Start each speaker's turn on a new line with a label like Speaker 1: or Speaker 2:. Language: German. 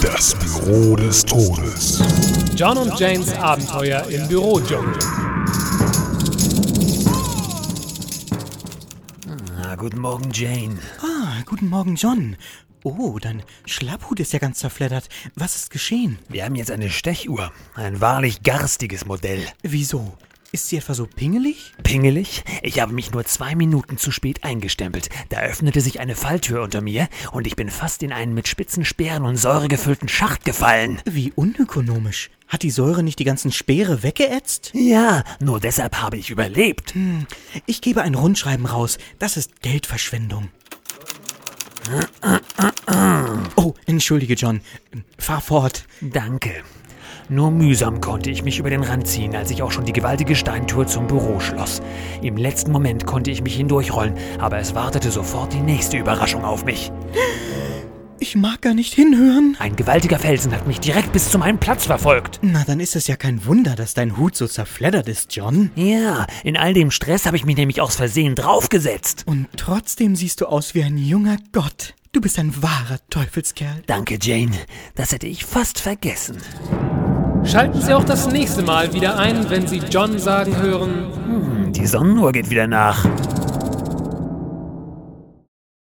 Speaker 1: Das Büro des Todes.
Speaker 2: John und Janes Abenteuer im Büro, John.
Speaker 3: Na, guten Morgen, Jane.
Speaker 4: Ah, guten Morgen, John. Oh, dein Schlapphut ist ja ganz zerfleddert. Was ist geschehen?
Speaker 3: Wir haben jetzt eine Stechuhr. Ein wahrlich garstiges Modell.
Speaker 4: Wieso? Ist sie etwa so pingelig?
Speaker 3: Pingelig? Ich habe mich nur zwei Minuten zu spät eingestempelt. Da öffnete sich eine Falltür unter mir und ich bin fast in einen mit spitzen Speeren und Säure gefüllten Schacht gefallen.
Speaker 4: Wie unökonomisch. Hat die Säure nicht die ganzen Speere weggeätzt?
Speaker 3: Ja, nur deshalb habe ich überlebt.
Speaker 4: Ich gebe ein Rundschreiben raus. Das ist Geldverschwendung. Oh, entschuldige, John. Fahr fort.
Speaker 3: Danke. Nur mühsam konnte ich mich über den Rand ziehen, als ich auch schon die gewaltige Steintür zum Büro schloss. Im letzten Moment konnte ich mich hindurchrollen, aber es wartete sofort die nächste Überraschung auf mich.
Speaker 4: Ich mag gar nicht hinhören.
Speaker 3: Ein gewaltiger Felsen hat mich direkt bis zu meinem Platz verfolgt.
Speaker 4: Na, dann ist es ja kein Wunder, dass dein Hut so zerfleddert ist, John.
Speaker 3: Ja, in all dem Stress habe ich mich nämlich aus Versehen draufgesetzt.
Speaker 4: Und trotzdem siehst du aus wie ein junger Gott. Du bist ein wahrer Teufelskerl.
Speaker 3: Danke, Jane. Das hätte ich fast vergessen.
Speaker 2: Schalten Sie auch das nächste Mal wieder ein, wenn Sie John sagen hören.
Speaker 3: Die Sonnenuhr geht wieder nach.